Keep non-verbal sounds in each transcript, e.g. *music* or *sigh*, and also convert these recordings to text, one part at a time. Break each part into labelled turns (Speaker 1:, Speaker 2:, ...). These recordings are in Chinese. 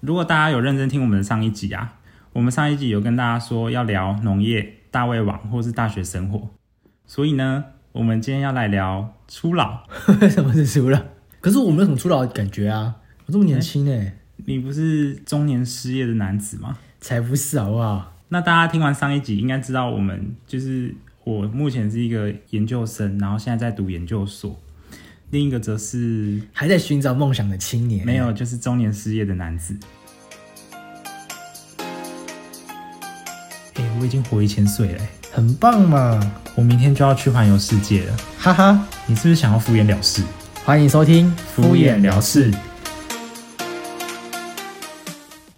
Speaker 1: 如果大家有认真听我们上一集啊，我们上一集有跟大家说要聊农业、大胃王或是大学生活，所以呢，我们今天要来聊初老。
Speaker 2: *laughs* 为什么是初老？可是我没有什么初老的感觉啊，我这么年轻哎、
Speaker 1: 你不是中年失业的男子吗？
Speaker 2: 才不是好不好？
Speaker 1: 那大家听完上一集，应该知道我们就是我目前是一个研究生，然后现在在读研究所，另一个则是
Speaker 2: 还在寻找梦想的青年，
Speaker 1: 没有，就是中年失业的男子。哎、我已经活一千岁了、欸，
Speaker 2: 很棒嘛，
Speaker 1: 我明天就要去环游世界了。
Speaker 2: 哈哈！
Speaker 1: 你是不是想要敷衍了事？
Speaker 2: 欢迎收听敷衍了事。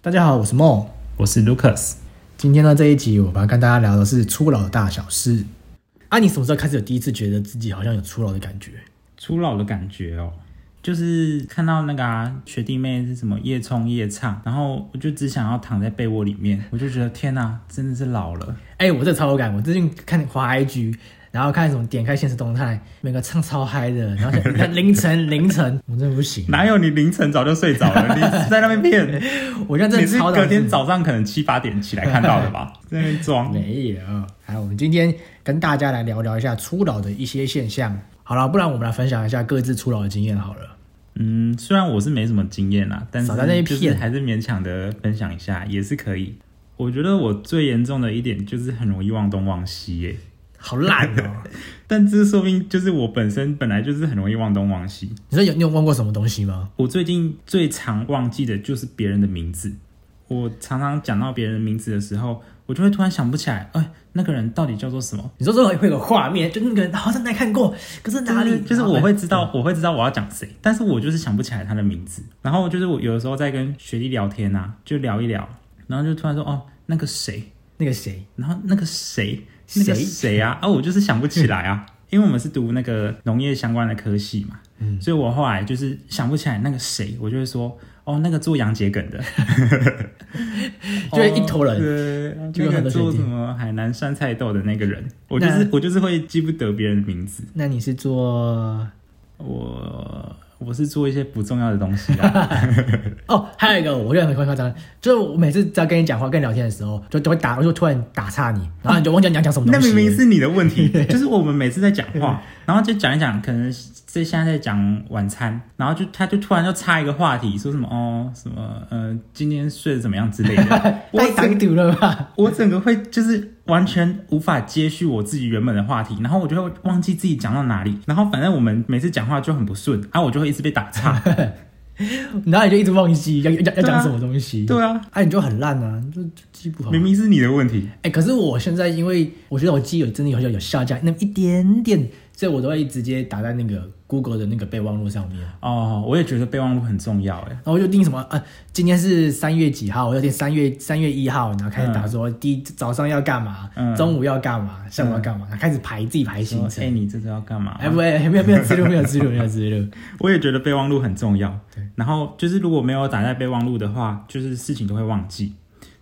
Speaker 2: 大家好，我是梦。
Speaker 1: 我是 Lucas。
Speaker 2: 今天呢这一集，我们要跟大家聊的是初老的大小事。啊，你什么时候开始有第一次觉得自己好像有初老的感觉？
Speaker 1: 初老的感觉哦，就是看到那个、啊、学弟妹是什么夜冲夜唱，然后我就只想要躺在被窝里面，我就觉得天哪、真的是老了。
Speaker 2: 哎、我这超有感，我最近看滑 IG，然后看什么点开现实动态，每个唱超嗨的，然后想 *laughs* 看凌晨凌晨，我真的不行，
Speaker 1: 哪有你凌晨早就睡着了？你是在那边骗？ *laughs*
Speaker 2: 我现在
Speaker 1: 你
Speaker 2: 真
Speaker 1: 是
Speaker 2: 的超
Speaker 1: 隔天
Speaker 2: 早。
Speaker 1: 早上可能七八点起来看到的 *laughs* 吧？在那边装。
Speaker 2: 没有。哎好，我们今天跟大家来聊聊一下初老的一些现象。好了，不然我们来分享一下各自初老的经验好了。
Speaker 1: 嗯，虽然我是没什么经验啦，但是
Speaker 2: 少在那边
Speaker 1: 就是
Speaker 2: 骗
Speaker 1: 还是勉强的分享一下，也是可以。我觉得我最严重的一点就是很容易忘东忘西耶、
Speaker 2: 好烂哦、
Speaker 1: *laughs* 但这说明就是我本身本来就是很容易忘东忘西。
Speaker 2: 你说有你有问过什么东西吗？
Speaker 1: 我最近最常忘记的就是别人的名字。我常常讲到别人的名字的时候，我就会突然想不起来，哎，那个人到底叫做什么？
Speaker 2: 你说这种会有个画面，就那个人啊好像在看过，可是哪里？啊
Speaker 1: 就是
Speaker 2: 然后
Speaker 1: 我会知道，我会知道我要讲谁，但是我就是想不起来他的名字。然后就是我有的时候在跟学弟聊天啊，就聊一聊，然后就突然说哦，那个谁，
Speaker 2: 那个谁，
Speaker 1: 然后那个谁，那个
Speaker 2: 谁
Speaker 1: 谁啊，啊，我就是想不起来
Speaker 2: *laughs*
Speaker 1: 啊，因为我们是读那个农业相关的科系嘛，
Speaker 2: 嗯
Speaker 1: 所以我后来就是想不起来那个谁，我就会说哦，那个做洋桔梗的，
Speaker 2: *laughs* 就一头人
Speaker 1: 哦人
Speaker 2: 就有
Speaker 1: 那
Speaker 2: 很
Speaker 1: 个
Speaker 2: 多学弟
Speaker 1: 做什么海南酸菜豆的那个人，我就是我就是会记不得别人的名字。
Speaker 2: 那你是做
Speaker 1: 我我是做一些不重要的东西 *laughs* 啦，
Speaker 2: 哦，还有一个我觉得很夸张，就是我每次只要跟你讲话、跟你聊天的时候，就都会打，我就突然打岔你，然后你就忘记你要讲什么
Speaker 1: 那
Speaker 2: 东西。。
Speaker 1: 明明是你的问 *laughs* 题。就是我们每次在讲 *laughs* 话，然后就讲一讲，可能这现在在讲晚餐，然后就他就突然就插一个话题，说什么哦什么呃今天睡得怎么样之类 *laughs* 的我
Speaker 2: 太
Speaker 1: 整
Speaker 2: 打赌了吧？
Speaker 1: 我整个会就是完全无法接续我自己原本的话题，然后我就会忘记自己讲到哪里，然后反正我们每次讲话就很不顺，然、后我就会一直被打 *laughs* 岔。
Speaker 2: 然后你就一直忘记要要要要
Speaker 1: 对啊
Speaker 2: 讲什么东西。
Speaker 1: 对啊，
Speaker 2: 哎、你就很烂啊，你就就记不好。
Speaker 1: 明明是你的问题。
Speaker 2: 哎、可是我现在因为我觉得我记忆有真的有有有下降那么一点点，所以我都会直接打在那个 Google 的那个备忘录上面。
Speaker 1: 哦，我也觉得备忘录很重要哎。
Speaker 2: 然后我就定什么啊？今天是三月几号？我就定三月三月一号，然后开始打说第一早上要干嘛，
Speaker 1: 嗯
Speaker 2: 中午要干嘛，下午要干嘛，然后开始排自己排
Speaker 1: 说
Speaker 2: 行
Speaker 1: 哎、
Speaker 2: 程。
Speaker 1: 你这周要干嘛？
Speaker 2: 哎、不 *laughs* 哎，没有没有资料，没有资料，没有资料。
Speaker 1: 我也觉得备忘录很重要。
Speaker 2: 对，
Speaker 1: 然后就是如果没有打在备忘录的话，就是事情都会忘记。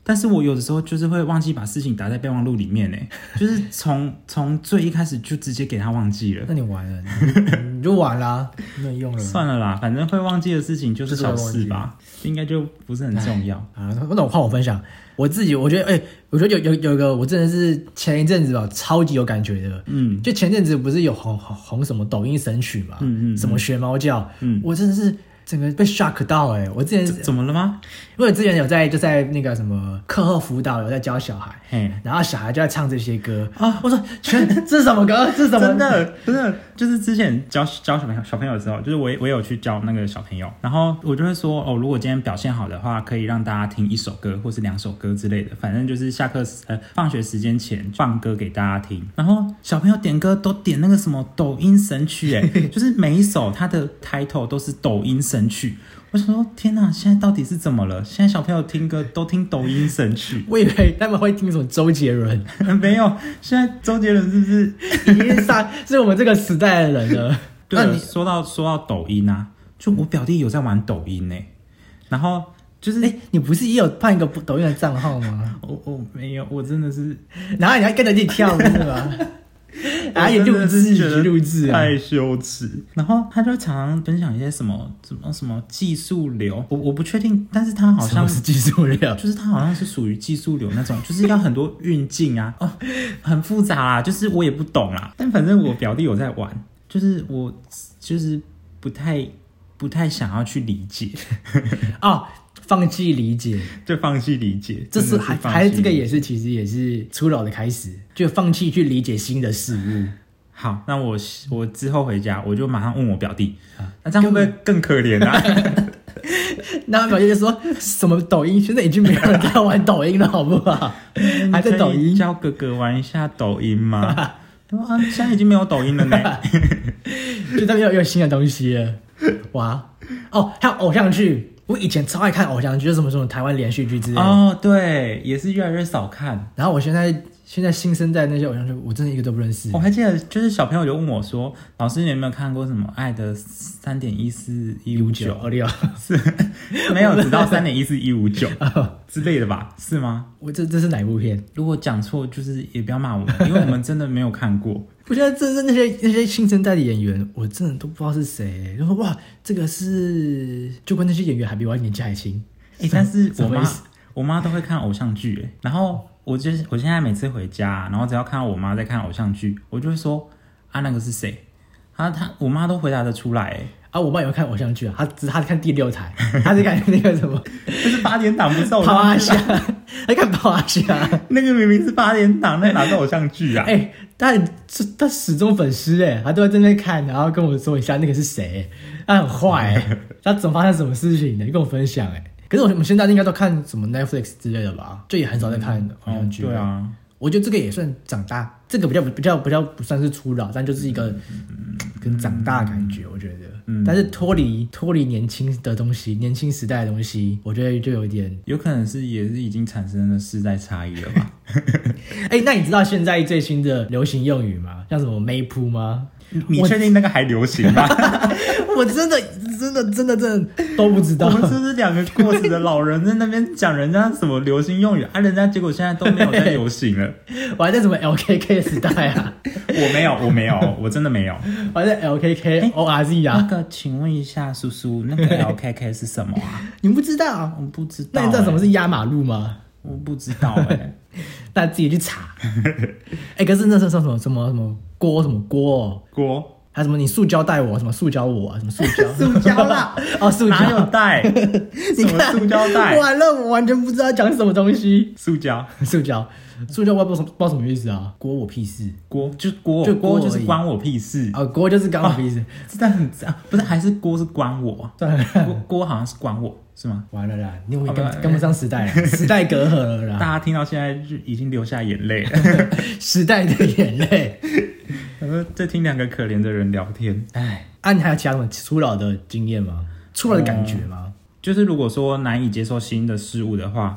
Speaker 1: 但是我有的时候就是会忘记把事情打在备忘录里面
Speaker 2: *laughs*
Speaker 1: 呢，就是从从最一开始就直接给他忘记了。
Speaker 2: 那你完了，你你就完了啊，没有用了。
Speaker 1: 算了啦，反正会忘记的事情就是小事吧，应该就不是很重要。
Speaker 2: 啊，那我换我分享，我自己我觉得，哎、我觉得有有有一个，我真的是前一阵子吧，超级有感觉的。
Speaker 1: 嗯
Speaker 2: 就前阵子不是有红红红什么抖音神曲嘛，
Speaker 1: 嗯嗯嗯
Speaker 2: 什么学猫叫，
Speaker 1: 嗯，
Speaker 2: 我真的是整个被 shock 到哎、我之 *laughs* 前
Speaker 1: 怎么了吗？
Speaker 2: 因为我之前有在就在那个什么课后辅导有在教小孩，
Speaker 1: 嘿，
Speaker 2: 然后小孩就在唱这些歌
Speaker 1: 啊
Speaker 2: 啊，我说全 *laughs* 这是什么歌？这是什么？，
Speaker 1: 真的，真的，就是之前教教小朋友小朋友的时候，就是我也我也有去教那个小朋友，然后我就会说哦，如果今天表现好的话，可以让大家听一首歌或是两首歌之类的，反正就是下课时呃放学时间前放歌给大家听。然后小朋友点歌都点那个什么抖音神曲，哎， *laughs* 就是每一首它的 title 都是抖音神曲。我想说，天哪，现在到底是怎么了？现在小朋友听歌都听抖音神曲 *laughs*
Speaker 2: 我以为他们会听什么周杰伦，
Speaker 1: 没有？现在周杰伦是不是
Speaker 2: 已经上是我们这个时代的人了。
Speaker 1: 对
Speaker 2: 那
Speaker 1: 了，
Speaker 2: 你
Speaker 1: 说到说到抖音啊，就我表弟有在玩抖音呢、然后就是、
Speaker 2: 哎、你不是也有办一个抖音的账号吗？ *laughs*
Speaker 1: 我我没有，我真的是 *laughs*
Speaker 2: 然后你还跟着自己跳舞是吧？哪里录制
Speaker 1: 我真的
Speaker 2: 去
Speaker 1: 是觉得
Speaker 2: 录制啊？
Speaker 1: 太羞耻。然后他就常常分享一些什么什么什么技术流，我我不确定，但是他好
Speaker 2: 哦什么
Speaker 1: 像
Speaker 2: 是技术流，
Speaker 1: 就是他好像是属于技术流那种，就是要很多运镜
Speaker 2: *laughs*
Speaker 1: 啊，哦，很复杂啦，就是我也不懂啦。但反正我表弟有在玩，就是我就是不太不太想要去理解，
Speaker 2: 哦，放弃理解，
Speaker 1: 就放弃理解。
Speaker 2: 这
Speaker 1: 真的是
Speaker 2: 是还
Speaker 1: 放弃
Speaker 2: 还是这个
Speaker 1: 理解
Speaker 2: 也是其实也是初老的开始，就放弃去理解新的事
Speaker 1: 嗯
Speaker 2: 物。
Speaker 1: 好，那我我之后回家我就马上问我表弟，
Speaker 2: 啊
Speaker 1: 那这样会不会更可怜
Speaker 2: *laughs*
Speaker 1: 啊？
Speaker 2: 那表姐就说什么抖音，现在已经没有人在玩抖音了，好不好？还在抖
Speaker 1: 你嗯可以
Speaker 2: 音，
Speaker 1: 教哥哥玩一下抖音吗？
Speaker 2: *laughs*
Speaker 1: 他说啊，现在已经没有抖音了呢。
Speaker 2: 就代表又有新的东西了。哇，哦，还有偶像剧，我以前超爱看偶像剧，就是什么什么台湾连续剧之类的。
Speaker 1: 哦，对，也是越来越少看。
Speaker 2: 然后我现在现在新生代那些偶像剧，我真的一个都不认识
Speaker 1: 我。还记得，就是小朋友就问我说：“老师，你有没有看过什么《爱的三点一四一五九
Speaker 2: 二六，》？
Speaker 1: 是 *laughs* 没有，直到三点一四一五九
Speaker 2: 哦
Speaker 1: 之类的吧？是吗？
Speaker 2: *laughs* 我这这是哪一部片？
Speaker 1: 如果讲错，就是也不要骂我们，因为我们真的没有看过。
Speaker 2: 我觉得这是那些那些新生代的演员，我真的都不知道是谁。然后哇，这个是就跟那些演员还比我年纪还轻。
Speaker 1: 哎、但是
Speaker 2: 什
Speaker 1: 我
Speaker 2: 么
Speaker 1: 妈
Speaker 2: 意思
Speaker 1: 我妈都会看偶像剧，哎，然后我就是我现在每次回家，然后只要看到我妈在看偶像剧，我就会说啊那个是谁？啊她我妈都回答得出来，哎，
Speaker 2: 啊，我妈有看偶像剧啊，她只她看第六台，她是看那个什 *laughs* 么
Speaker 1: 就是八点档不是偶 *laughs*
Speaker 2: 跑
Speaker 1: 像
Speaker 2: 阿
Speaker 1: 剧
Speaker 2: 虾，
Speaker 1: 吗，
Speaker 2: 她看跑阿虾。
Speaker 1: 那个明明是八点档，那哪是偶像剧啊？
Speaker 2: 哎、她很是她始终粉丝哎、她都在这边看，然后跟我说一下那个是谁、她很坏、欸，她总发生什么事情的，跟我分享哎、可是我们现在应该都看什么 Netflix 之类的吧，就也很少在看偶像剧、
Speaker 1: 对啊，
Speaker 2: 我觉得这个也算长大，这个比较比较比较不算是初老，但就是一个跟长大的感觉，我觉得。
Speaker 1: 嗯
Speaker 2: 但是脱离脱离年轻的东西，年轻时代的东西，我觉得就有一点。
Speaker 1: 有可能是也是已经产生了世代差异了吧？
Speaker 2: 哎、那你知道现在最新的流行用语吗？像什么妹扑吗？
Speaker 1: *laughs* 你确定那个还流行吗？
Speaker 2: 我真的真的真的真的都不知
Speaker 1: *laughs* 我
Speaker 2: 道。
Speaker 1: 们是不是两个过时的老人在那边讲人家什么流行用语啊？人家结果现在都没有在流行了。
Speaker 2: *laughs* 我还在什么 LKK 时代啊，
Speaker 1: *laughs* 我没有，我没有，我真的没有。
Speaker 2: 我还在 LKK ORZ
Speaker 1: 那
Speaker 2: 啊，
Speaker 1: 个，请问一下，叔叔， *laughs* 那个 LKK 是什么啊？
Speaker 2: 你不知道啊？
Speaker 1: 我不知道、欸
Speaker 2: 那你知道什么？是压马路吗？
Speaker 1: 我不知道哎、
Speaker 2: 大家自己去查。 *laughs* 哎、可是那时候什么什么什么锅什么锅、哦，
Speaker 1: *laughs* 锅
Speaker 2: 还有什么你塑胶带我，什么塑胶我啊，什么塑胶
Speaker 1: *laughs* 塑胶啦，
Speaker 2: *laughs* 哦塑胶，
Speaker 1: 哪有带？ *laughs* 什么塑胶袋？
Speaker 2: 完了，我完全不知道讲什么东西。 *laughs*
Speaker 1: 塑胶
Speaker 2: 塑胶，塑胶我也不知道什么不知道什么意思啊，锅我屁事
Speaker 1: 锅就锅，
Speaker 2: 就锅
Speaker 1: 锅
Speaker 2: 而已
Speaker 1: 就是关我屁事。
Speaker 2: 啊，锅就是刚好屁事。
Speaker 1: 真的很脏，不是还是锅是关我，
Speaker 2: 算了，
Speaker 1: 锅锅好像是关我是吗？
Speaker 2: 完了啦，你我
Speaker 1: 好吧
Speaker 2: 跟跟不上时代了，
Speaker 1: *laughs*
Speaker 2: 时代隔阂了
Speaker 1: 哦哎大
Speaker 2: 啦，
Speaker 1: 家听到现在就已经流下眼泪了。 *laughs*
Speaker 2: 时代的眼泪。 *laughs*
Speaker 1: 我说在听两个可怜的人聊天，
Speaker 2: 哎，啊，你还有其他什么初老的经验吗？初老的感觉吗？
Speaker 1: 就是如果说难以接受新的事物的话，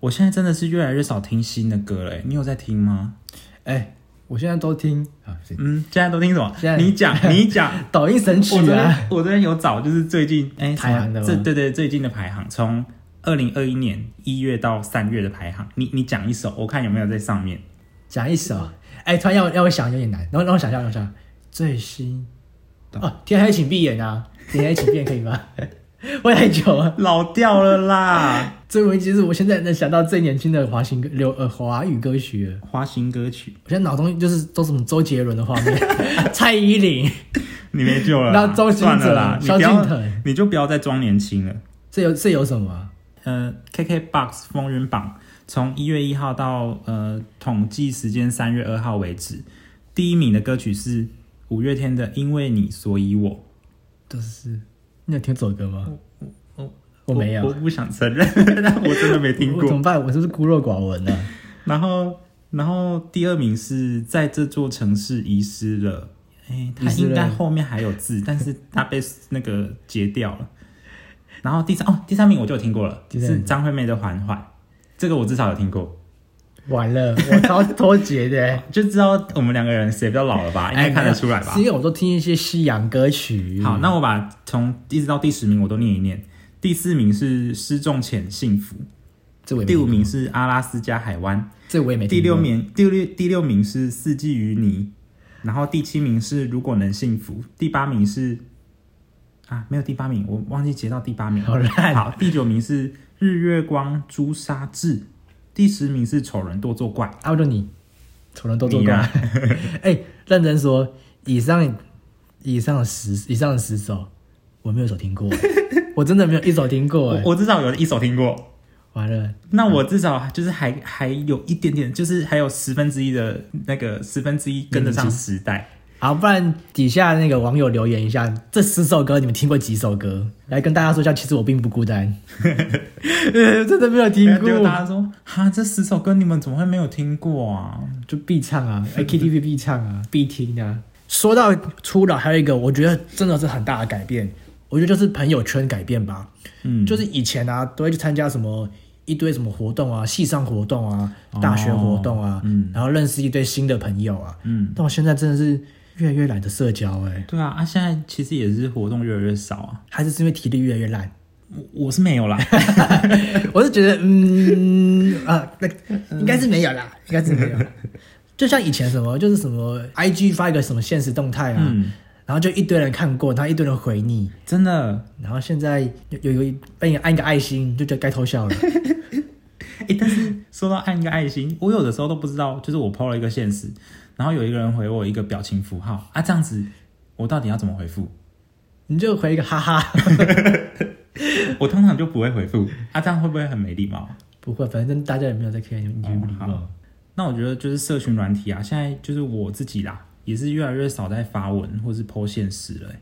Speaker 1: 我现在真的是越来越少听新的歌了欸。你有在听吗？呃
Speaker 2: 哎、我现在都听啊，是
Speaker 1: 嗯，现在都听什么
Speaker 2: 现在？
Speaker 1: 你讲，你讲。
Speaker 2: 抖音神
Speaker 1: 我
Speaker 2: 曲
Speaker 1: 昨
Speaker 2: 啊。
Speaker 1: 天我昨天有找，就是最近哎、
Speaker 2: 排行的吗
Speaker 1: 这对对最近的排行，从二零二一年一月到三月的排行，你你讲一首，我看有没有在上面。
Speaker 2: 讲一首，哎、突然要要我想有点难，然后让我想一下，让我想一下最新的哦，天黑请闭眼啊，天黑请闭眼可以吗？ *laughs* 我也太久了，
Speaker 1: 老掉了啦，
Speaker 2: 最容易就是我现在能想到最年轻的华新歌流呃华语歌曲了，
Speaker 1: *laughs* 花心歌曲，
Speaker 2: 我现在脑中就是都是什么周杰伦的画面， *laughs* 蔡依林，
Speaker 1: 你没救了啦。
Speaker 2: 那周兴哲
Speaker 1: 算了啦，你
Speaker 2: 萧
Speaker 1: 不
Speaker 2: 敬
Speaker 1: 要
Speaker 2: 腾，
Speaker 1: 你就不要再装年轻了。
Speaker 2: 这有这有什么啊？
Speaker 1: 呃，KKBOX 风云榜从一月一号到呃统计时间三月二号为止，第一名的歌曲是五月天的《因为你所以我》。
Speaker 2: 都是你有听这首歌吗？
Speaker 1: 我我
Speaker 2: 我没有
Speaker 1: 我，不想承认， *laughs* 但我真的没听
Speaker 2: 我怎
Speaker 1: 过
Speaker 2: 么。办？我是不是孤陋寡闻呢、啊
Speaker 1: 然后，然后第二名是在这座城市遗失了。哎，
Speaker 2: 遗
Speaker 1: 他
Speaker 2: 失了
Speaker 1: 应该后面还有字，但是他被那个截掉了。然后第三哦，第三名我就有听过了，
Speaker 2: 第三
Speaker 1: 是
Speaker 2: 名
Speaker 1: 张惠妹的《缓缓》，这个我至少有听过。
Speaker 2: 完了，我超脱节的、
Speaker 1: 就知道我们两个人谁比较老了
Speaker 2: 哎
Speaker 1: 吧？应该看得出来吧
Speaker 2: 是？因为我都听一些西洋歌曲。
Speaker 1: 好，那我把从一直到第十名我都念一念。第四名是失重前幸福，
Speaker 2: 这我也没
Speaker 1: 第五
Speaker 2: 听过
Speaker 1: 名是阿拉斯加海湾，
Speaker 2: 哎这我也没听
Speaker 1: 第
Speaker 2: 过
Speaker 1: 六名第六第六名是四季与你，然后第七名是《如果能幸福》，第八名是啊，没有第八名，我忘记截到第八名。
Speaker 2: 好烂
Speaker 1: 好，第九名是《日月光朱砂痣》，第十名是《丑人多作怪》。
Speaker 2: 啊，就你，丑人都做
Speaker 1: 你
Speaker 2: 怪。
Speaker 1: 啊
Speaker 2: 哎、 *laughs* 认真说，以上以上十以上十首，我没有一首
Speaker 1: *laughs*
Speaker 2: 听过欸，我真的没有一首听过
Speaker 1: 我
Speaker 2: 哎。
Speaker 1: 我至少有一首听过，
Speaker 2: 完了，
Speaker 1: 那我至少就是还还有一点点，就是还有十分之一的那个十分之一跟得上时代。
Speaker 2: 好，不然底下那个网友留言一下，这十首歌你们听过几首歌？来跟大家说一下，其实我并不孤单，
Speaker 1: *laughs*
Speaker 2: *laughs* 呃真的没有听
Speaker 1: 然后结果大家
Speaker 2: 过，
Speaker 1: 说哈，这十首歌你们怎么会没有听过啊？
Speaker 2: 就必唱啊，
Speaker 1: *laughs*
Speaker 2: 哎 KTV 必唱啊，必听啊。说到初老，还有一个我觉得真的是很大的改变，我觉得就是朋友圈改变吧。
Speaker 1: 嗯，
Speaker 2: 就是以前啊，都会去参加什么一堆什么活动啊，系上活动啊，大学活动啊，
Speaker 1: 哦嗯
Speaker 2: 然后认识一堆新的朋友啊。
Speaker 1: 嗯，
Speaker 2: 但我现在真的是越来越懒得社交、欸，哎，
Speaker 1: 对啊，啊，现在其实也是活动越来越少啊。
Speaker 2: 还是是因为体力越来越烂。
Speaker 1: 我我是没有啦，
Speaker 2: *laughs* 我是觉得，嗯啊，那应该是没有啦，应该是
Speaker 1: *laughs*
Speaker 2: 没有啦。就像以前什么，就是什么 IG 发一个什么现实动态
Speaker 1: *laughs*
Speaker 2: 啊，
Speaker 1: 嗯，
Speaker 2: 然后就一堆人看过，然后一堆人回你，
Speaker 1: 真的。
Speaker 2: 然后现在有有有按一个按一个爱心，就觉得该
Speaker 1: *laughs*
Speaker 2: 偷笑了。
Speaker 1: 哎、但是说到按个爱心，我有的时候都不知道，就是我 PO 了一个现实，然后有一个人回我一个表情符号啊，这样子我到底要怎么回复？
Speaker 2: 你就回一个哈哈，
Speaker 1: *laughs* 我通常就不会回复啊，这样会不会很没礼貌？
Speaker 2: 不会，反正大家也没有在 care 你你不礼貌。
Speaker 1: 好那我觉得就是社群软体啊，现在就是我自己啦，也是越来越少在发文或是 PO 现实了欸、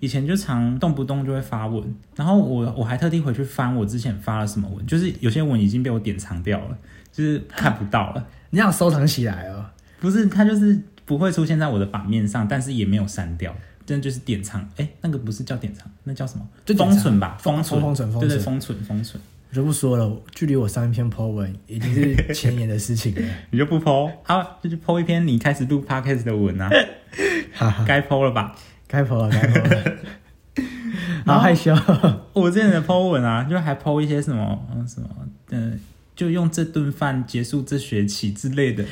Speaker 1: 以前就常动不动就会发文，然后我我还特地回去翻我之前发了什么文，就是有些文已经被我典藏掉了，就是看不到了。
Speaker 2: 你想收藏起来哦，
Speaker 1: 不是，它就是不会出现在我的版面上，但是也没有删掉，真的就是典藏。哎、那个不是叫典藏，那叫什么？
Speaker 2: 就典
Speaker 1: 封
Speaker 2: 藏
Speaker 1: 存吧，封存，
Speaker 2: 封存封存
Speaker 1: 对对，封存，封存。
Speaker 2: 我就不说了。距离我上一篇 po 文已经是前年的事情了，
Speaker 1: 你就不剖啊？就去剖一篇你开始录 podcast 的文啊，
Speaker 2: *laughs* 哈
Speaker 1: *laughs*
Speaker 2: 哈，
Speaker 1: 该剖了吧？
Speaker 2: 该 po 了，该
Speaker 1: *laughs*
Speaker 2: po 了，好害羞。
Speaker 1: 我之前的 po 文啊，就还 po 一些什么嗯什么嗯、就用这顿饭结束这学期之类的。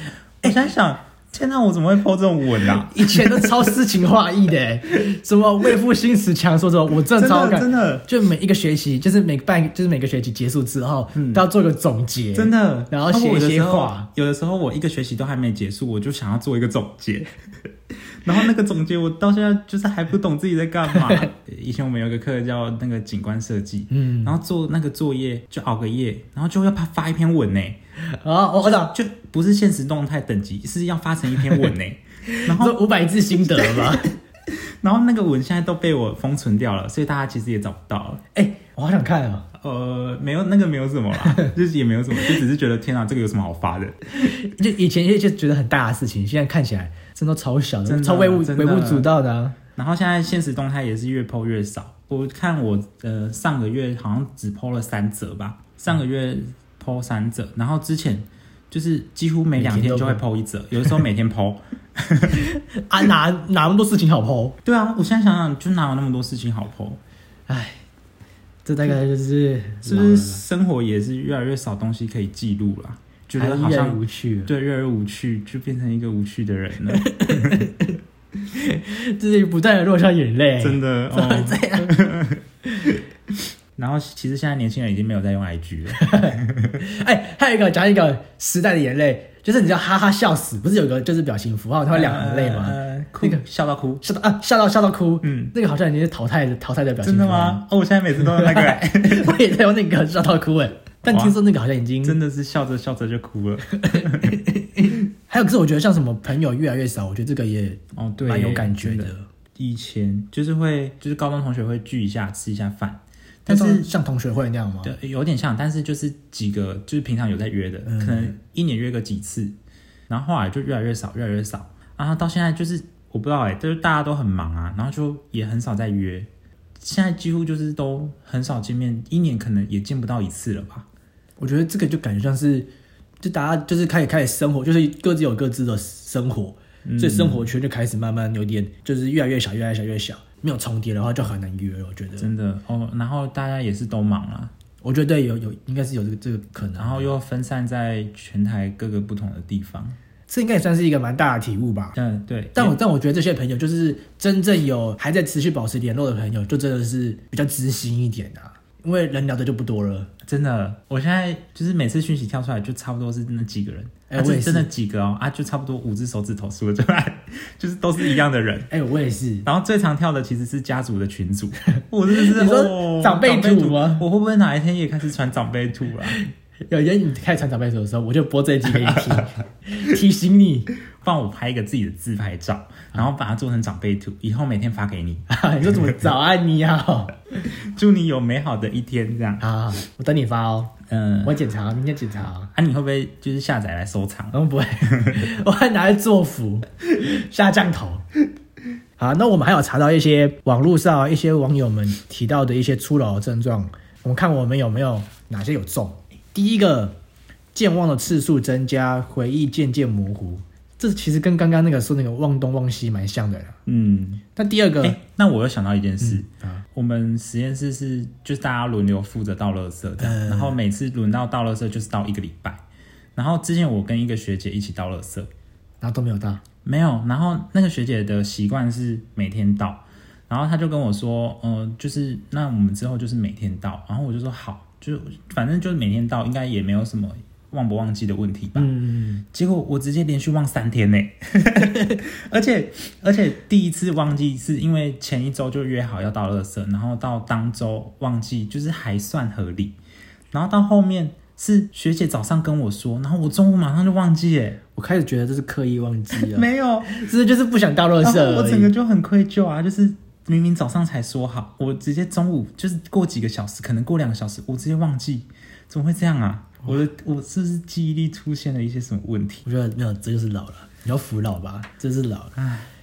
Speaker 1: 我
Speaker 2: 哎
Speaker 1: 想想，天哪，我怎么会 po 这种文啊？
Speaker 2: 以前都超诗情画意的欸，什么为赋新词强说什么，我真的
Speaker 1: 真
Speaker 2: 超
Speaker 1: 的
Speaker 2: 感。
Speaker 1: 真的
Speaker 2: 就每一个学期，就是每半，就是每个学期结束之后，都要做个总结。
Speaker 1: 嗯真的，
Speaker 2: 然后写一
Speaker 1: 有
Speaker 2: 些话
Speaker 1: 的时候。有的时候我一个学期都还没结束，我就想要做一个总结， *laughs* 然后那个总结我到现在就是还不懂自己在干
Speaker 2: *laughs*
Speaker 1: 嘛。以前我们有一个课叫那个景观设计，嗯，然后做那个作业就熬个夜，然后就要发发一篇文呢、
Speaker 2: 啊，我我懂，
Speaker 1: 就不是现实动态等级，是要发成一篇 *laughs* 文呢、然后，
Speaker 2: 这五百字心得吧。
Speaker 1: 然后那个文现在都被我封存掉了，所以大家其实也找不到了。
Speaker 2: 哎、我好想看哦。
Speaker 1: 呃，没有那个没有什么 *laughs* 啦，就是也没有什么，就只是觉得天啊，这个有什么好发的？
Speaker 2: 就以前就觉得很大的事情，现在看起来真的超小
Speaker 1: 真
Speaker 2: 的，
Speaker 1: 的啊
Speaker 2: 超微不
Speaker 1: 真的
Speaker 2: 微不足道的啊。
Speaker 1: 然后现在现实动态也是越 PO 越少。我看我呃上个月好像只 PO 了三则吧，上个月 PO 三则，然后之前就是几乎每两天就会 PO 一则，有的时候每天 PO。
Speaker 2: 啊，哪哪那么多事情好剖？
Speaker 1: 对啊，我现在想想，就哪有那么多事情好 PO？
Speaker 2: 哎，这大概就是
Speaker 1: 是不是生活也是越来越少东西可以记录啦？觉
Speaker 2: 老
Speaker 1: 得
Speaker 2: 了
Speaker 1: 好
Speaker 2: 还是越来越
Speaker 1: 像
Speaker 2: 无趣了？
Speaker 1: 对越来越无趣，就变成一个无趣的人
Speaker 2: *laughs*
Speaker 1: 了，
Speaker 2: 自己不断的落下眼泪，
Speaker 1: 真的哦。
Speaker 2: 这样。 *laughs*
Speaker 1: 然后其实现在年轻人已经没有在用 IG 了，
Speaker 2: 哎，还有一个讲一个时代的眼泪，就是你知道哈哈笑死，不是有个就是表情符号，它会两行泪吗？
Speaker 1: 呃哭
Speaker 2: 那个
Speaker 1: 笑到哭，
Speaker 2: 笑到啊，笑到笑到哭，
Speaker 1: 嗯，
Speaker 2: 那个好像已经是淘汰的淘汰的表情
Speaker 1: 真
Speaker 2: 符
Speaker 1: 的
Speaker 2: 号？
Speaker 1: 吗？哦，我现在每次都用
Speaker 2: *laughs*
Speaker 1: 那个、欸。
Speaker 2: 我也在用那个笑到哭哎，但听说那个好像已经
Speaker 1: 真的是笑着笑着就哭了。
Speaker 2: 还有，可是我觉得像什么朋友越来越少，我觉得这个也
Speaker 1: 哦，对，
Speaker 2: 蛮有感觉
Speaker 1: 真
Speaker 2: 的。。
Speaker 1: 以前就是会，就是高中同学会聚一下吃一下饭，但
Speaker 2: 但是
Speaker 1: 是
Speaker 2: 像同学会那样吗？
Speaker 1: 啊对有点像，但是就是几个就是平常有在约的，
Speaker 2: 嗯
Speaker 1: 可能一年约个几次，然后后来就越来越少，越来越少啊，到现在就是我不知道哎、就是大家都很忙啊，然后就也很少再约，现在几乎就是都很少见面，一年可能也见不到一次了吧。
Speaker 2: 我觉得这个就感觉像是，就大家就是开始开始生活，就是各自有各自的生活，嗯
Speaker 1: 嗯
Speaker 2: 所以生活圈就开始慢慢有点，就是越来越小，越来越小，越来越小。没有重叠的话就很难约了，我觉得。
Speaker 1: 真的哦，然后大家也是都忙啊，
Speaker 2: 我觉得有有应该是有这个这个可能。
Speaker 1: 然后又分散在全台各个不同的地方。
Speaker 2: 这应该也算是一个蛮大的体悟吧。
Speaker 1: 嗯，对。
Speaker 2: 但我但我觉得这些朋友，就是真正有还在持续保持联络的朋友，就真的是比较知心一点啊，因为人聊的就不多了。
Speaker 1: 真的，我现在就是每次讯息跳出来，就差不多是那几个人，
Speaker 2: 哎
Speaker 1: 啊
Speaker 2: 我也
Speaker 1: 就是真的几个哦，啊，就差不多五只手指头数得出来， *laughs* 就是都是一样的人。
Speaker 2: 哎、我也是，
Speaker 1: 然后最常跳的其实是家族的群
Speaker 2: *laughs*
Speaker 1: 组，我真的是
Speaker 2: 你说
Speaker 1: 哦
Speaker 2: 长辈图吗
Speaker 1: 我会不会哪一天也开始传长辈图啊？
Speaker 2: *laughs* 有人你开始传长辈图的时候，我就播这一集给你听，提醒你，
Speaker 1: 帮我拍一个自己的自拍照，然后把它做成长辈图，以后每天发给你，
Speaker 2: 啊你说怎么早安你好
Speaker 1: 祝你有美好的一天。这样，
Speaker 2: 啊，我等你发哦，
Speaker 1: 嗯、
Speaker 2: 我检查，明天检查哦。
Speaker 1: 啊，你会不会就是下载来收藏？
Speaker 2: 然后不会， *laughs* 我还拿来做福下降头。好，那我们还有查到一些网络上一些网友们提到的一些初老的症状，我们看我们有没有哪些有中。第一个，健忘的次数增加，回忆渐渐模糊，这其实跟刚刚那个说那个忘东忘西蛮像的啦。
Speaker 1: 嗯，
Speaker 2: 那第二个，
Speaker 1: 哎、那我又想到一件事，
Speaker 2: 啊
Speaker 1: 我们实验室是就是大家轮流负责倒垃圾的，
Speaker 2: 嗯
Speaker 1: 然后每次轮到倒垃圾就是倒一个礼拜。然后之前我跟一个学姐一起倒垃圾，
Speaker 2: 然后都没有到，
Speaker 1: 没有。然后那个学姐的习惯是每天到，然后她就跟我说，呃，就是那我们之后就是每天到。然后我就说好，就反正就是每天到，应该也没有什么忘不忘记的问题吧。
Speaker 2: 嗯，
Speaker 1: 结果我直接连续忘三天呢， *laughs* 而且而且第一次忘记是因为前一周就约好要到垃圾，然后到当周忘记，就是还算合理。然后到后面是学姐早上跟我说，然后我中午马上就忘记耶，
Speaker 2: 我开始觉得这是刻意忘记 *laughs* 了，
Speaker 1: 没有，
Speaker 2: 这就是不想到垃
Speaker 1: 然
Speaker 2: 圾
Speaker 1: 后
Speaker 2: 而
Speaker 1: 我
Speaker 2: 已
Speaker 1: 整个就很愧疚啊，就是明明早上才说好，我直接中午就是过几个小时，可能过两个小时，我直接忘记，怎么会这样啊？我的我是不是记忆力出现了一些什么问题？
Speaker 2: 我觉得没有，这就是老了，你要服老吧，这是老了。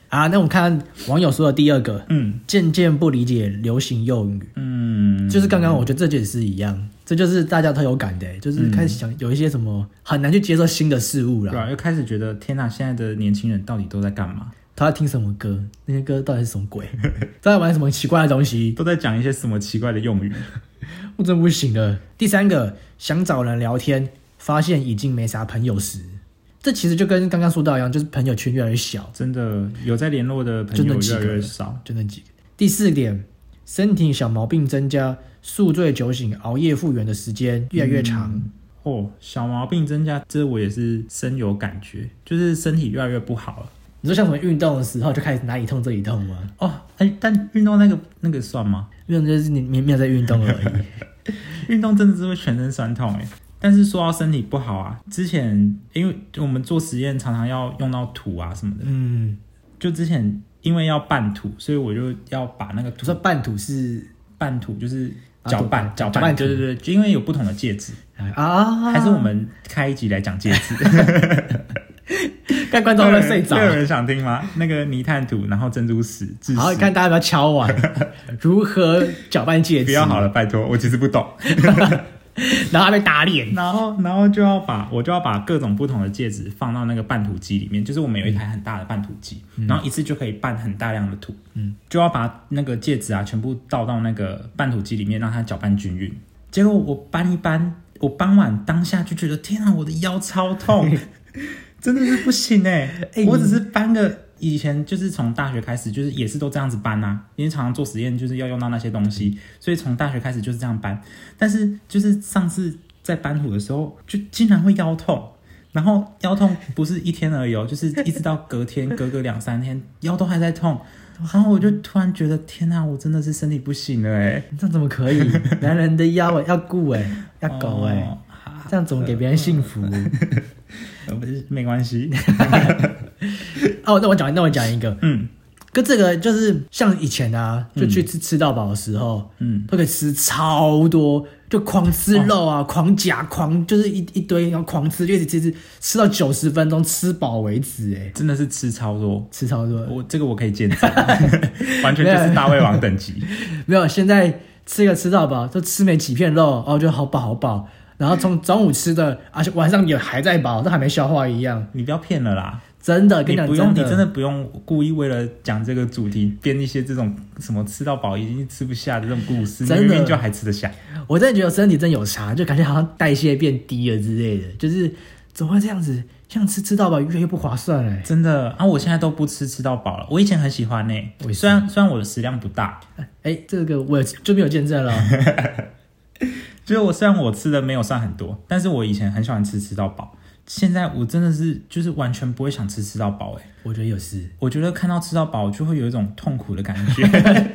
Speaker 2: 啊，那我们看网友说的第二个，
Speaker 1: 嗯
Speaker 2: 渐渐不理解流行用语，
Speaker 1: 嗯，
Speaker 2: 就是刚刚我觉得这件事一样，这就是大家都有感的、就是开始想有一些什么很难去接受新的事物
Speaker 1: 对
Speaker 2: 啦。
Speaker 1: 啊，又开始觉得天哪，现在的年轻人到底都在干嘛？
Speaker 2: 他在听什么歌？那些歌到底是什么鬼？他在玩什么奇怪的东西？
Speaker 1: 都在讲一些什么奇怪的用语？
Speaker 2: 我真不行了。第三个，想找人聊天，发现已经没啥朋友时，这其实就跟刚刚说到一样，就是朋友圈越来越小。
Speaker 1: 真的有在联络的朋
Speaker 2: 真的
Speaker 1: 友
Speaker 2: 几
Speaker 1: 越
Speaker 2: 个
Speaker 1: 来越少。
Speaker 2: 就那几个。第四点，身体小毛病增加，宿醉、酒醒、熬夜复原的时间越来越长。
Speaker 1: 哦，小毛病增加，这我也是深有感觉，就是身体越来越不好了。
Speaker 2: 你说像什么运动的时候就开始哪里痛这里痛吗？
Speaker 1: 哦，哎、但运动那个那个算吗？
Speaker 2: 运动就是你没没有在运动而
Speaker 1: *laughs*
Speaker 2: 已。
Speaker 1: 运动真的是会全身酸痛哎、但是说到身体不好啊，之前因为我们做实验常常要用到土啊什么的，
Speaker 2: 嗯，
Speaker 1: 就之前因为要拌土，所以我就要把那个
Speaker 2: 我
Speaker 1: 土
Speaker 2: 说半土是
Speaker 1: 拌土就是
Speaker 2: 啊
Speaker 1: 搅
Speaker 2: 对
Speaker 1: 拌
Speaker 2: 搅
Speaker 1: 搅
Speaker 2: 拌
Speaker 1: 拌，
Speaker 2: 土
Speaker 1: 对对对，就因为有不同的介质，
Speaker 2: 啊，
Speaker 1: *laughs* 还是我们开一集来讲介
Speaker 2: *laughs*
Speaker 1: 质？
Speaker 2: 看观众会不会睡着
Speaker 1: *laughs* 这？有人想听吗？那个泥炭土，然后珍珠石，致
Speaker 2: 好，
Speaker 1: 石，
Speaker 2: 看大家要不要敲碗，
Speaker 1: *laughs*
Speaker 2: 如何搅拌戒指？
Speaker 1: 不要好了，拜托，我其实不懂。
Speaker 2: 然后还被打脸。
Speaker 1: 然后，然后就要把我就要把各种不同的介质放到那个拌土机里面，就是我们有一台很大的拌土机，然后一次就可以拌很大量的土，
Speaker 2: 嗯，
Speaker 1: 就要把那个介质啊全部倒到那个拌土机里面，让它搅拌均匀。结果我搬一搬，我搬完当下就觉得天啊，我的腰超痛，真的是不行哎、
Speaker 2: 哎
Speaker 1: 我
Speaker 2: 你
Speaker 1: 只是搬个。以前就是从大学开始，就是也是都这样子搬啊，因为常常做实验就是要用到那些东西，所以从大学开始就是这样搬。但是就是上次在搬土的时候，就竟然会腰痛，然后腰痛不是一天而已哦，就是一直到隔天，隔个两三天，腰都还在痛。然后我就突然觉得，天哪、我真的是身体不行了哎，
Speaker 2: 这样怎么
Speaker 1: *laughs*
Speaker 2: 可以？男人的腰哎，要顾哎，要狗哎，
Speaker 1: 哦嗯好
Speaker 2: 这样怎么给别人幸福？
Speaker 1: 呃不是没关系， *laughs*
Speaker 2: 哦，那我讲，那我讲一个，
Speaker 1: 嗯
Speaker 2: 跟这个就是像以前啊，就去吃吃到饱的时候，
Speaker 1: 嗯，哦
Speaker 2: 都可以吃超多，就狂吃肉啊，狂夹，狂就是一一堆，然后狂吃，就一直吃吃吃到九十分钟吃饱为止，哎，
Speaker 1: 真的是吃超多，
Speaker 2: 吃超多。
Speaker 1: 我这个我可以见
Speaker 2: *laughs*
Speaker 1: 证，完全就是大胃王等级。
Speaker 2: 没有，现在吃一个吃到饱，就吃没几片肉，哦，就好饱好饱。然后从中午吃的，而且晚上也还在饱，都还没消化一样，
Speaker 1: 你不要骗了啦！
Speaker 2: 真的跟
Speaker 1: 你
Speaker 2: 你讲，
Speaker 1: 不用，你真
Speaker 2: 的
Speaker 1: 的不用故意为了讲这个主题编一些这种什么吃到饱已经吃不下的这种故事，你
Speaker 2: 真的
Speaker 1: 明明就还吃得下。
Speaker 2: 我真的觉得身体真有差，就感觉好像代谢变低了之类的，就是怎么会这样子？这样吃吃到饱越来越不划算哎、
Speaker 1: 真的啊！我现在都不吃吃到饱了，我以前很喜欢呢、
Speaker 2: 我也是
Speaker 1: 虽然虽然我的食量不大，
Speaker 2: 哎、这个我有就没有
Speaker 1: *laughs*
Speaker 2: 见证了。
Speaker 1: 就是我虽然我吃的没有算很多，但是我以前很喜欢吃吃到饱，现在我真的是就是完全不会想吃吃到饱哎、
Speaker 2: 我觉得有事。
Speaker 1: 我觉得看到吃到饱就会有一种痛苦的感
Speaker 2: *laughs*
Speaker 1: 觉，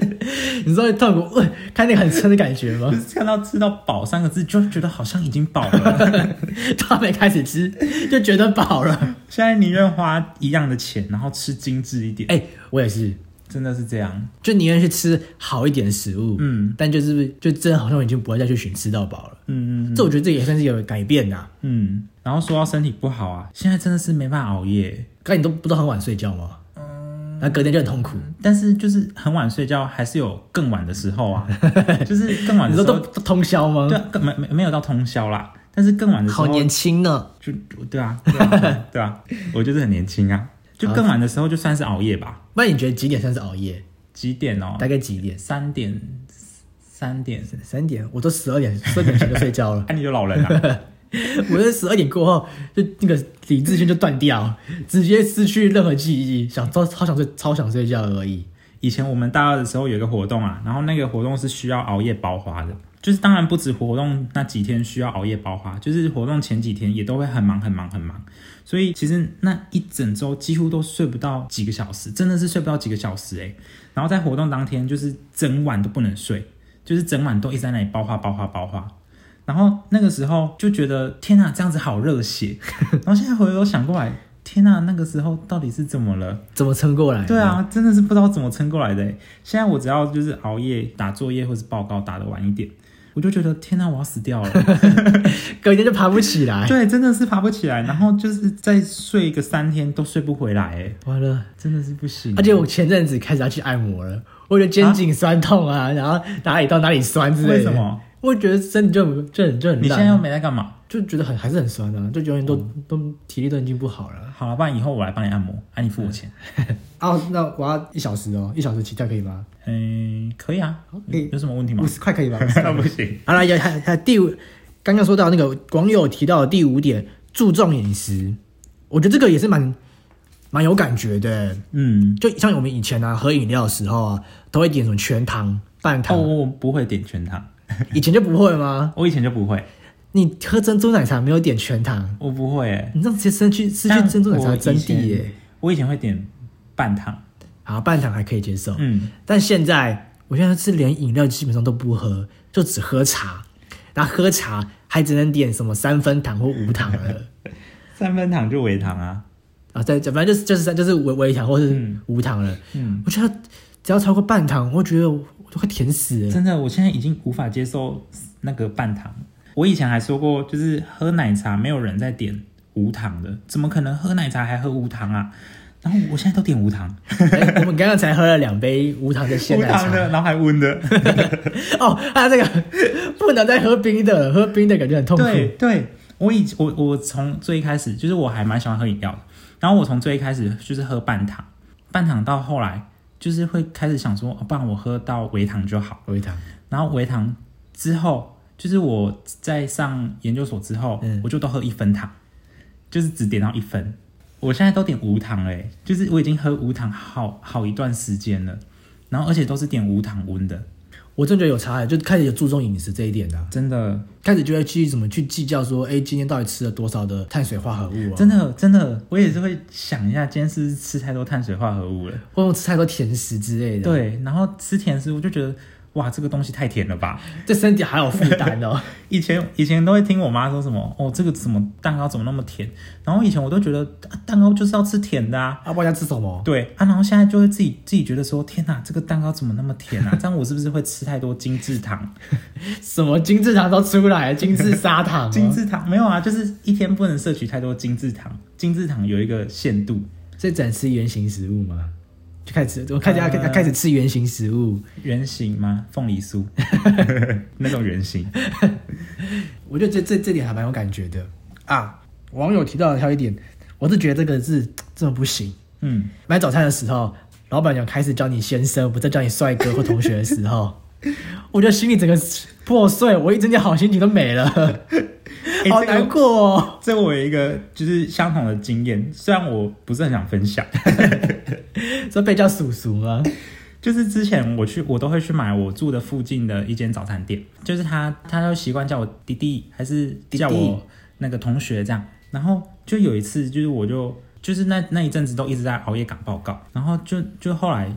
Speaker 1: *laughs*
Speaker 2: 你知道痛苦、呃、看那个很撑的感觉吗 *laughs*
Speaker 1: 就？是看到吃到饱三个字就觉得好像已经饱了，
Speaker 2: 到还没开始吃就觉得饱了。
Speaker 1: 现在宁愿花一样的钱，然后吃精致一点，
Speaker 2: 哎、我也是，
Speaker 1: 真的是这样。
Speaker 2: 就宁愿去吃好一点的食物，
Speaker 1: 嗯
Speaker 2: 但就是就真的好像已经不会再去寻吃到饱了。
Speaker 1: 嗯嗯
Speaker 2: 这我觉得这也算是有改变啊呐、
Speaker 1: 嗯，然后说到身体不好啊，现在真的是没办法熬夜，
Speaker 2: 刚才你都不都很晚睡觉吗？嗯，那隔天就很痛苦。
Speaker 1: 但是就是很晚睡觉，还是有更晚的时候啊， *laughs* 就是更晚
Speaker 2: 你
Speaker 1: 的时
Speaker 2: 说都
Speaker 1: 候，
Speaker 2: 都通宵吗？
Speaker 1: 对、啊，更没没没有到通宵啦，但是更晚的时候
Speaker 2: 好年轻呢。
Speaker 1: 就对啊，对啊，对啊，我就是很年轻啊，就更晚的时候就算是熬夜吧，
Speaker 2: 那你觉得几点算是熬夜？
Speaker 1: 几点哦？
Speaker 2: 大概几点？
Speaker 1: 三点，三点，
Speaker 2: 三点，我都十二点，十二点前就睡
Speaker 1: *laughs*
Speaker 2: 觉了。
Speaker 1: 哎、你就老人啊，
Speaker 2: 我是十二点过后，就那个理智线就断掉，直接失去任何记忆，想超超想睡，超想睡觉而已。
Speaker 1: 以前我们大二的时候有一个活动啊，然后那个活动是需要熬夜包花的，就是当然不止活动那几天需要熬夜包花，就是活动前几天也都会很忙很忙很忙，所以其实那一整周几乎都睡不到几个小时，真的是睡不到几个小时诶、欸然后在活动当天就是整晚都不能睡，就是整晚都一直在那里包花包花包花。然后那个时候就觉得天呐，这样子好热血。 *laughs* 然后现在回头想过来，天呐，那个时候到底是怎么了？
Speaker 2: 怎么撑过来？
Speaker 1: 对，啊，真的是不知道怎么撑过来的欸。现在我只要就是熬夜打作业或是报告打得晚一点，我就觉得天哪、我要死 *laughs* 掉了。哎
Speaker 2: 隔天就爬不起来。
Speaker 1: 对，真的是爬不起来，然后就是再睡个三天都睡不回来，哎，
Speaker 2: 完了，
Speaker 1: 真的是不行。
Speaker 2: 而且我前阵子开始要去按摩了，我觉得肩颈酸痛啊，然后哪里到哪里酸之类的。
Speaker 1: 为什？么？
Speaker 2: 我觉得身体就很就很就很
Speaker 1: 你现在哦
Speaker 2: 烂
Speaker 1: 又
Speaker 2: 啊，
Speaker 1: 没在干嘛？
Speaker 2: 就觉得很还是很酸啊，就永远都、都体力都已经不好了。
Speaker 1: 好了，不然以后我来帮你按摩，啊，你付我钱。
Speaker 2: 哦，那我要一小时哦，一小时起跳可以吗？
Speaker 1: 嗯，可以啊，
Speaker 2: 可以
Speaker 1: 有什么问题吗
Speaker 2: 五？十
Speaker 1: *laughs*
Speaker 2: 块可以吗？
Speaker 1: 不行，
Speaker 2: 好了，有还还第五，刚刚说到那个网友提到的第五点，注重饮食，我觉得这个也是蛮蛮有感觉的。
Speaker 1: 嗯，
Speaker 2: 就像我们以前啊，喝饮料的时候啊，都会点什么全糖、半
Speaker 1: 哦，
Speaker 2: 糖，
Speaker 1: 我不会点全糖，
Speaker 2: 以前就不会吗？
Speaker 1: 我以前就不会，
Speaker 2: 你喝珍珠奶茶没有点全糖，
Speaker 1: 我不会，哎，
Speaker 2: 你这样直接失去失去
Speaker 1: 但
Speaker 2: 珍珠奶茶
Speaker 1: 我
Speaker 2: 的
Speaker 1: 以
Speaker 2: 真谛
Speaker 1: 前
Speaker 2: 耶。
Speaker 1: 我以前会点半糖，
Speaker 2: 好，半糖还可以接受，
Speaker 1: 嗯。
Speaker 2: 但现在我现在是连饮料基本上都不喝，就只喝茶，然后喝茶还只能点什么三分糖或无糖
Speaker 1: *laughs*
Speaker 2: 了。
Speaker 1: 三分糖就微糖啊，
Speaker 2: 啊，在反正就是就是三就是微微糖或是
Speaker 1: 嗯
Speaker 2: 无糖了。
Speaker 1: 嗯，
Speaker 2: 我觉得只要超过半糖，我觉得我都快甜死
Speaker 1: *laughs*
Speaker 2: 了。
Speaker 1: 真的，我现在已经无法接受那个半糖。我以前还说过，就是喝奶茶没有人在点无糖的，怎么可能喝奶茶还喝无糖啊？然后我现在都点无糖，
Speaker 2: 哎我们刚刚才喝了两杯无糖的鲜
Speaker 1: 无
Speaker 2: 奶
Speaker 1: 糖
Speaker 2: 茶。
Speaker 1: 的，然后还温的，
Speaker 2: 哦，还有这个 *laughs* 不能再喝冰的了，喝冰的感觉很痛苦。
Speaker 1: 对对，我以我我从最一开始就是我还蛮喜欢喝饮料的，然后我从最一开始就是喝半糖，半糖到后来就是会开始想说，哦不然我喝到微糖就好。
Speaker 2: 微糖，
Speaker 1: 然后微糖之后，就是我在上研究所之后，
Speaker 2: 嗯
Speaker 1: 我就都喝一分糖，就是只点到一分。我现在都点无糖了欸、就是我已经喝无糖好好一段时间了，然后而且都是点无糖温的，
Speaker 2: 我真觉得有差，就开始有注重饮食这一点了、
Speaker 1: 真的，
Speaker 2: 开始就会去怎么去计较说，哎，今天到底吃了多少的碳水化合物啊？
Speaker 1: 真，的，真的，我也是会想一下，今天是不是吃太多碳水化合物了？
Speaker 2: 或者吃太多甜食之类的，，
Speaker 1: 对，然后吃甜食，我就觉得哇，这个东西太甜了吧。
Speaker 2: 对身体还有负担哦。
Speaker 1: 以前以前都会听我妈说什么哦，这个怎么蛋糕怎么那么甜？然后以前我都觉得、啊蛋糕就是要吃甜的啊，
Speaker 2: *laughs* 啊，不然要吃什么？
Speaker 1: 对啊，然后现在就会自己自己觉得说，天哪，这个蛋糕怎么那么甜啊？这样我是不是会吃太多精致糖？
Speaker 2: 什么精致糖都出来， *laughs* 精致砂糖、哦，
Speaker 1: 精致糖没有啊，就是一天不能摄取太多精致糖，精致糖有一个限度，
Speaker 2: 所以展吃原型食物吗？就开始吃，我开始、
Speaker 1: 呃
Speaker 2: 开始吃原型食物。
Speaker 1: 圆形吗？凤梨酥 *laughs* 那种圆形，
Speaker 2: 我觉得这这这点还蛮有感觉的啊。网友提到的还有一点，我是觉得这个是真的不行。
Speaker 1: 嗯，
Speaker 2: 买早餐的时候，老板娘开始叫你先生，不再叫你帅哥或同学的 *laughs* *laughs* 时候，我觉得心里整个破碎，我一整点好心情都没了。
Speaker 1: 哎
Speaker 2: 好
Speaker 1: 这个
Speaker 2: 难过哦。
Speaker 1: 这我有一个就是相同的经验，虽然我不是很想分享，
Speaker 2: 这被叫叔叔吗？
Speaker 1: 就是之前我去，我都会去买我住的附近的一间早餐店，就是他，他都习惯叫我弟弟，还是叫
Speaker 2: 弟弟
Speaker 1: 我那个同学这样。然后就有一次，就是我就就是那那一阵子都一直在熬夜赶报告，然后就就后来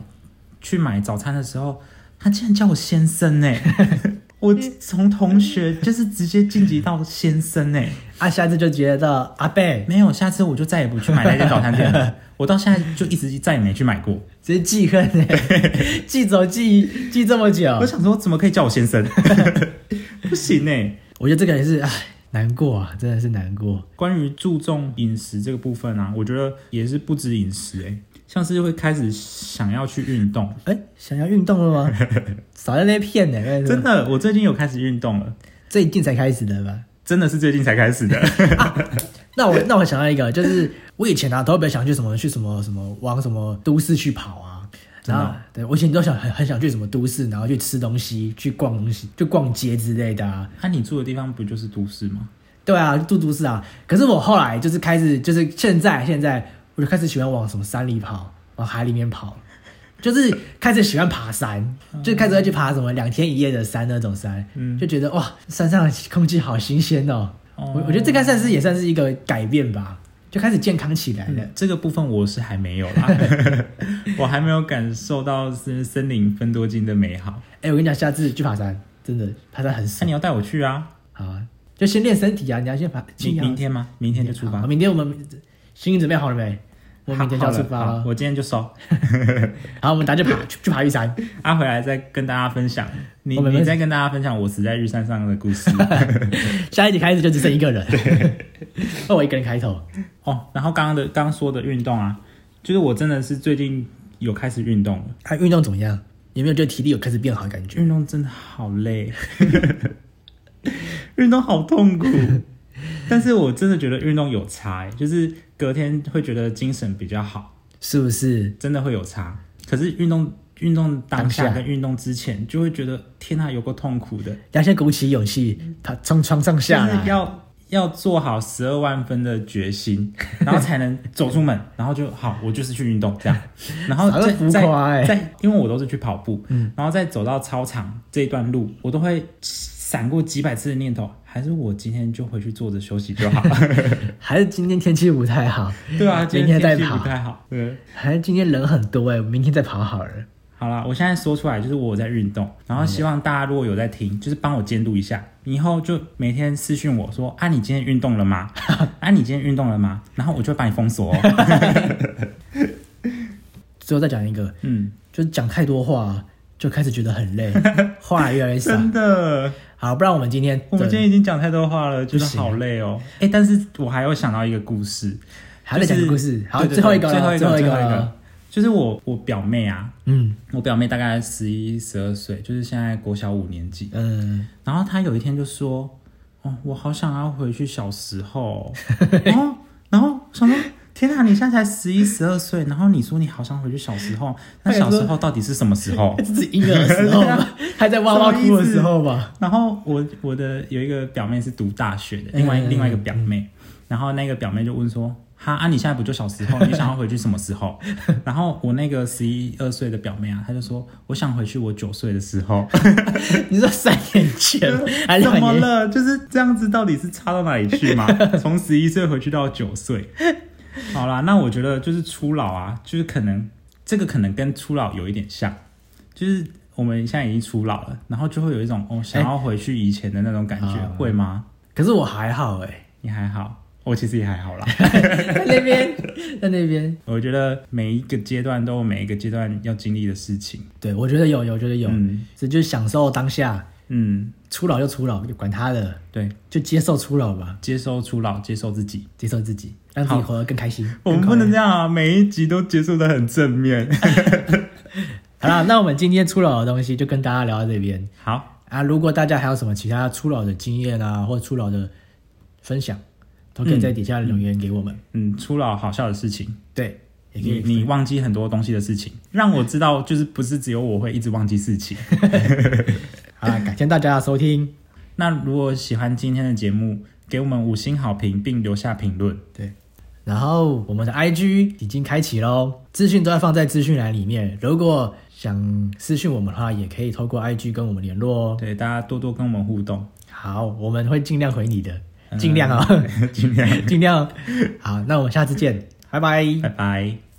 Speaker 1: 去买早餐的时候，他竟然叫我先生呢、 *laughs* 我从同学就是直接晋级到先生呢、
Speaker 2: 啊，下次就觉得阿贝
Speaker 1: 没有，下次我就再也不去买那间早餐店了。我到现在就一直再也没去买过。
Speaker 2: 直接记恨呢、
Speaker 1: *laughs*
Speaker 2: 记走记记这么久，
Speaker 1: 我想说，怎么可以叫我先生？ *laughs* 不行呢、欸
Speaker 2: 我觉得这个也是唉，难过啊，真的是难过。
Speaker 1: 关于注重饮食这个部分啊，我觉得也是不止饮食哎、像是会开始想要去运动。
Speaker 2: 哎、想要运动
Speaker 1: *laughs*
Speaker 2: 了吗？少在那边骗呢、欸，
Speaker 1: 真的，我最近有开始运动了，
Speaker 2: 最近才开始的吧？
Speaker 1: 真的是最近才开始的。
Speaker 2: *laughs*
Speaker 1: *laughs*
Speaker 2: 那我那我想到一个，就是我以前啊，都比较想去什么去什么什么往什么都市去跑啊。
Speaker 1: 真
Speaker 2: 然
Speaker 1: 的
Speaker 2: 后，对我以前都想很很想去什么都市，然后去吃东西、去逛东西、去逛街之类的啊。
Speaker 1: 那、你住的地方不就是都市吗？
Speaker 2: 对啊，住都市啊。可是我后来就是开始，就是现在现在我就开始喜欢往什么山里跑，往海里面跑，就是开始喜欢爬山，就开始会去爬什么两天一夜的山那种山，
Speaker 1: 嗯
Speaker 2: 就觉得哇，山上的空气好新鲜哦。
Speaker 1: 哦
Speaker 2: 我我觉得这个算是也算是一个改变吧，就开始健康起来了。
Speaker 1: 这个部分我是还没有
Speaker 2: *laughs*
Speaker 1: 啦，我还没有感受到森森林分多金的美好。
Speaker 2: 哎、我跟你讲，下次去爬山，真的爬山很
Speaker 1: 那
Speaker 2: 爽
Speaker 1: 你要带我去啊？
Speaker 2: 好啊，就先练身体啊，你要先爬。
Speaker 1: 明明天吗？明天就出发
Speaker 2: 好。明天我们行李准备好了没？我们明天就
Speaker 1: 好好
Speaker 2: 要出
Speaker 1: 了
Speaker 2: 发
Speaker 1: 好
Speaker 2: 了。
Speaker 1: 我今天就收。
Speaker 2: 好，我们大家
Speaker 1: *laughs*
Speaker 2: 去爬去去爬玉山。
Speaker 1: 啊，回来再跟大家分享，你
Speaker 2: 我们
Speaker 1: 你再跟大家分享我死在玉山上的故
Speaker 2: *laughs*
Speaker 1: 事
Speaker 2: 下一集开始就只剩一个人，那我一个人开头。
Speaker 1: 哦。然后刚刚的刚刚说的运动啊，就是我真的是最近有开始运动了，
Speaker 2: 啊他运动怎么样？有没有觉得体力有开始变好的感觉？
Speaker 1: 运动真的好
Speaker 2: *laughs*
Speaker 1: 累，运动好痛苦，但是我真的觉得运动有差、欸，就是隔天会觉得精神比较好，
Speaker 2: 是不是？
Speaker 1: 真的会有差。可是运动运动当下
Speaker 2: 当下
Speaker 1: 跟运动之前，就会觉得天啊呐、有够痛苦的，
Speaker 2: 要先鼓起勇气，他从床上下
Speaker 1: 就是
Speaker 2: 来。
Speaker 1: 要要做好十二万分的决
Speaker 2: *laughs*
Speaker 1: 心，然后才能走出门，然后就好，我就是去运动
Speaker 2: *laughs*
Speaker 1: 这样，然后
Speaker 2: 少
Speaker 1: 再
Speaker 2: 在浮
Speaker 1: 再
Speaker 2: 夸欸嗯
Speaker 1: 再，因为我都是去跑步，然后再走到操场这一段路，我都会闪过几百次的念头，还是我今天就回去坐着休息就好，
Speaker 2: *laughs* 还是今天天气不太好，
Speaker 1: 对啊，今
Speaker 2: 明天再
Speaker 1: 天气不
Speaker 2: 跑，
Speaker 1: 太好，对。
Speaker 2: 还是今天人很多哎、明天再跑好了。
Speaker 1: 好啦，我现在说出来就是我在运动，然后希望大家如果有在听，就是帮我监督一下，以后就每天私讯我说啊，你今天运动了吗？ *laughs* 啊，你今天运动了吗？然后我就会把你封锁、哦。 *laughs*
Speaker 2: 最后再讲一个，
Speaker 1: 嗯，
Speaker 2: 就是讲太多话，就开始觉得很累，话越来越少。
Speaker 1: 真的，
Speaker 2: 好，不然我们今天
Speaker 1: 我们今天已经讲太多话了，觉得
Speaker 2: 不行
Speaker 1: 好累哦。哎，但是我还有想到一个故事，
Speaker 2: 还在讲个故
Speaker 1: 就
Speaker 2: 事
Speaker 1: 是。
Speaker 2: 好，
Speaker 1: 对对
Speaker 2: 最后一个
Speaker 1: 对
Speaker 2: 了，
Speaker 1: 最后
Speaker 2: 后
Speaker 1: 一
Speaker 2: 一
Speaker 1: 个，最
Speaker 2: 个
Speaker 1: 后一
Speaker 2: 了
Speaker 1: 个。，就是我我表妹啊，
Speaker 2: 嗯
Speaker 1: 我表妹大概十一、十二岁，就是现在国小五年级。
Speaker 2: 嗯，
Speaker 1: 然后他有一天就说：“哦，我好想要回去小时候。” *laughs* 然后，然后我想说：“天哪，你现在才十一、十二岁，然后你说你好想回去小时
Speaker 2: *laughs*
Speaker 1: 候，那
Speaker 2: 他也
Speaker 1: 小
Speaker 2: 说
Speaker 1: 时候到底哎是什么时
Speaker 2: *laughs*
Speaker 1: 候
Speaker 2: 这是婴儿的时候吧， *laughs* 还在哇哇哭的时候吧？？”
Speaker 1: 然后我我的有一个表妹是读大学的，另外、
Speaker 2: 嗯
Speaker 1: 另外一个表妹，然后那个表妹就问说。哈啊！你现在不就小时候？你想要回去什么时
Speaker 2: *laughs*
Speaker 1: 候？然后我那个十一二岁的表妹啊，她就说：“我想回去我九岁的时候。”
Speaker 2: 你说三年
Speaker 1: *laughs*
Speaker 2: 前还是
Speaker 1: 怎
Speaker 2: 两
Speaker 1: 么
Speaker 2: 年？
Speaker 1: 了？就是这样子，到底是差到哪里去嘛？从十一岁回去到九岁，好啦，那我觉得就是初老啊，就是可能这个可能跟初老有一点像，就是我们现在已经初老了，然后就会有一种哦想要回去以前的那种感觉，
Speaker 2: 啊
Speaker 1: 会吗？
Speaker 2: 可是我还好哎、
Speaker 1: 你还好，我其实也还好啦。
Speaker 2: 在那边，在那边。
Speaker 1: 我觉得每一个阶段都有每一个阶段要经历的事情，
Speaker 2: 对，我觉得有，有，我觉得有，
Speaker 1: 嗯
Speaker 2: 这就是享受当下，
Speaker 1: 嗯，
Speaker 2: 初老就初老，就管他的，
Speaker 1: 对，
Speaker 2: 就接受初老吧，
Speaker 1: 接受初老，接受自己。
Speaker 2: 接受自己，让自己
Speaker 1: 好
Speaker 2: 活得更开心。
Speaker 1: 我们
Speaker 2: 更
Speaker 1: 不
Speaker 2: 快乐
Speaker 1: 能这样啊！每一集都结束的很正面。
Speaker 2: 好啦，那我们今天初老的东西就跟大家聊到这边
Speaker 1: 好，
Speaker 2: 啊。如果大家还有什么其他初老的经验啊，或初老的分享，都可以在底下留言给我们。
Speaker 1: 嗯，初老好笑的事情，
Speaker 2: 对，也可
Speaker 1: 你
Speaker 2: 以
Speaker 1: 你忘记很多东西的事情，让我知道就是不是只有我会一直忘记事情。 *laughs*
Speaker 2: 好啦，感谢大家的收听，
Speaker 1: 那如果喜欢今天的节目，给我们五星好评并留下评论。
Speaker 2: 对，然后我们的 IG 已经开启喽，资讯都要放在资讯栏里面。如果想私讯我们的话，也可以透过 IG 跟我们联络哦。
Speaker 1: 对，大家多多跟我们互动，
Speaker 2: 好，我们会尽量回你的， *laughs* 尽量啊、
Speaker 1: 今天
Speaker 2: 尽量。好，那我们下次见，拜拜。
Speaker 1: 拜拜。